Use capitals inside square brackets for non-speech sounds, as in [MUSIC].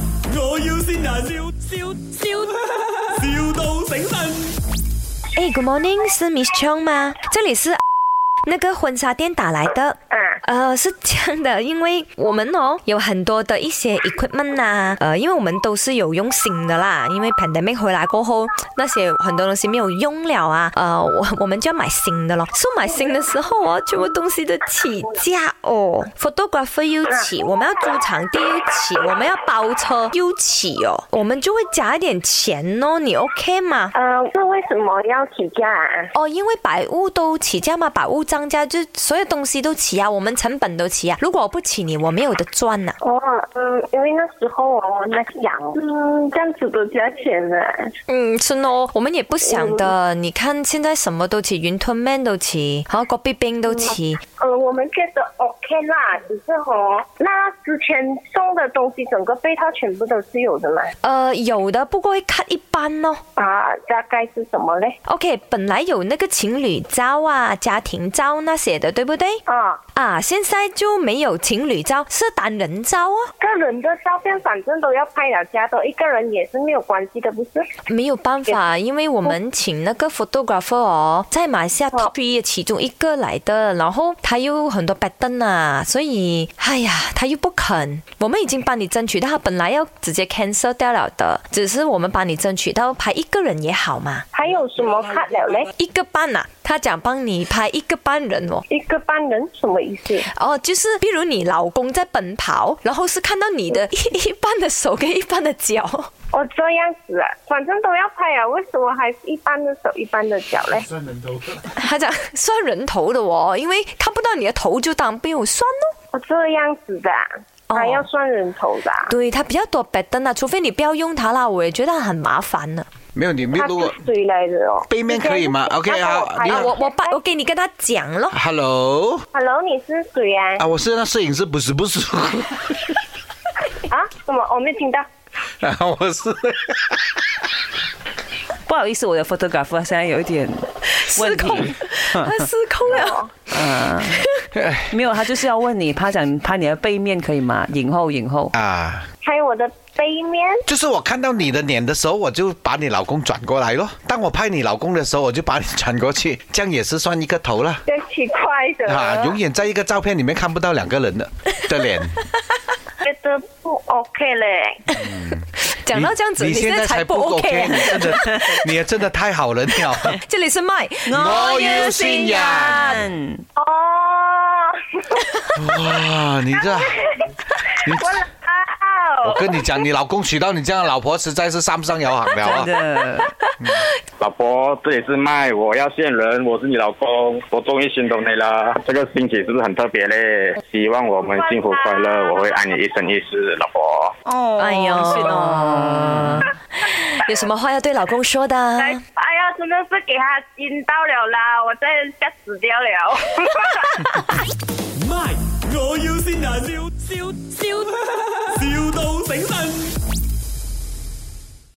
要先人，笑笑笑，,笑到醒神。哎，Good morning，是 Miss Chong 吗？这里是那个婚纱店打来的。嗯呃， [LAUGHS] 是这样的，因为我们哦有很多的一些 equipment 呐、呃，因为我们都是有用新的啦，因为 pandemic 回来过后，那些很多东西没有用了啊，呃，我我们就要买新的咯。所以买新的时候哦，全部东西都起价哦，photographer 又起，我们要租场地又起，我们要包车又起哦，我们就会加一点钱哦，你 OK 吗？呃，那为什么要起价啊？哦，因为百物都起价嘛，百物涨价，就是所有东西都起啊，我们成本都起啊。如果我不起你，我没有的赚啊呐、哦，嗯，因为那时候我在想，嗯，这样子的价钱啊呢、嗯，是喏，我们也不想的。你看现在什么都起，云吞面都起，然后国币冰都起。呃，我们觉得 OK 啦，只是哦，那之前送的东西整个被套全部都是有的嘛？呃，有的，不过会看一般哦。啊，大概是什么嘞？ OK，本来有那个情侣照啊、家庭照那些的，对不对？啊，啊，现在就没有情侣照，是单人照哦。个人的照片反正都要拍了家的，一个人也是没有关系的，不是？没有办法，因为我们请那个 photographer 哦，在马来西亚 top three 的其中一个来的，然后他有很多 pattern 啊，所以哎呀，他又不肯。我们已经帮你争取到，他本来要直接 cancel 掉了的，只是我们帮你争取到拍一个人也好嘛，还有什么卡了嘞？一个半呐、他讲帮你拍一个半人哦。一个半人什么意思？哦，就是比如你老公在奔跑，然后是看到你的 [LAUGHS] 一一半的手跟一半的脚。哦，这样子啊，反正都要拍啊，为什么还一般的手一般的脚嘞？算人头，他讲算人头的哦，因为看不到你的头就当没有算咯。哦，这样子的、啊，哦还要算人头的、啊。对，它比较多白灯啊，除非你不要用它啦，我也觉得很麻烦啊呢、没有，你没它录是谁来的哦？背面可以吗？OK 啊他帮我拍你的啊。我我把我给你跟他讲咯。 Hello，哎 Hello，你是谁啊？啊，我是那摄影师，不是 [LAUGHS] 不是，啊？什么？我没听到。啊，我是不好意思，我的 photographer 现在有一点问失 [LAUGHS] 控题，，他失控了。哦呃没有，他就是要问你，他想拍你的背面可以吗？影后，影后，啊，还有我的背面，就是我看到你的脸的时候，我就把你老公转过来咯。当我拍你老公的时候，我就把你转过去，这样也是算一个头了。真奇怪的。啊，永远在一个照片里面看不到两 [LAUGHS] 个人的的脸。觉得不 OK [LAUGHS] 嘞。讲到这样子，你现现在才才不不 OK， OK 你啊。真的，你啊也真的太好人了。 [LAUGHS] 这里是麦，我要新人人。哦，哇，你这，你我我啊老跟你讲，你老公娶到你这样的老婆，实在是上不上有行了啊真！的，老婆，这里是麦，我要见人，我是你老公，我终于心动你了。这个心情是不是很特别嘞？希望我们幸福快乐，我会爱你一生一世，老婆。哦哎呦是哦，有什么话要对老公说的嗯啊？哎哎呀，真的是给他惊到了啦，我真的吓死掉了。卖！我要先人，笑笑笑，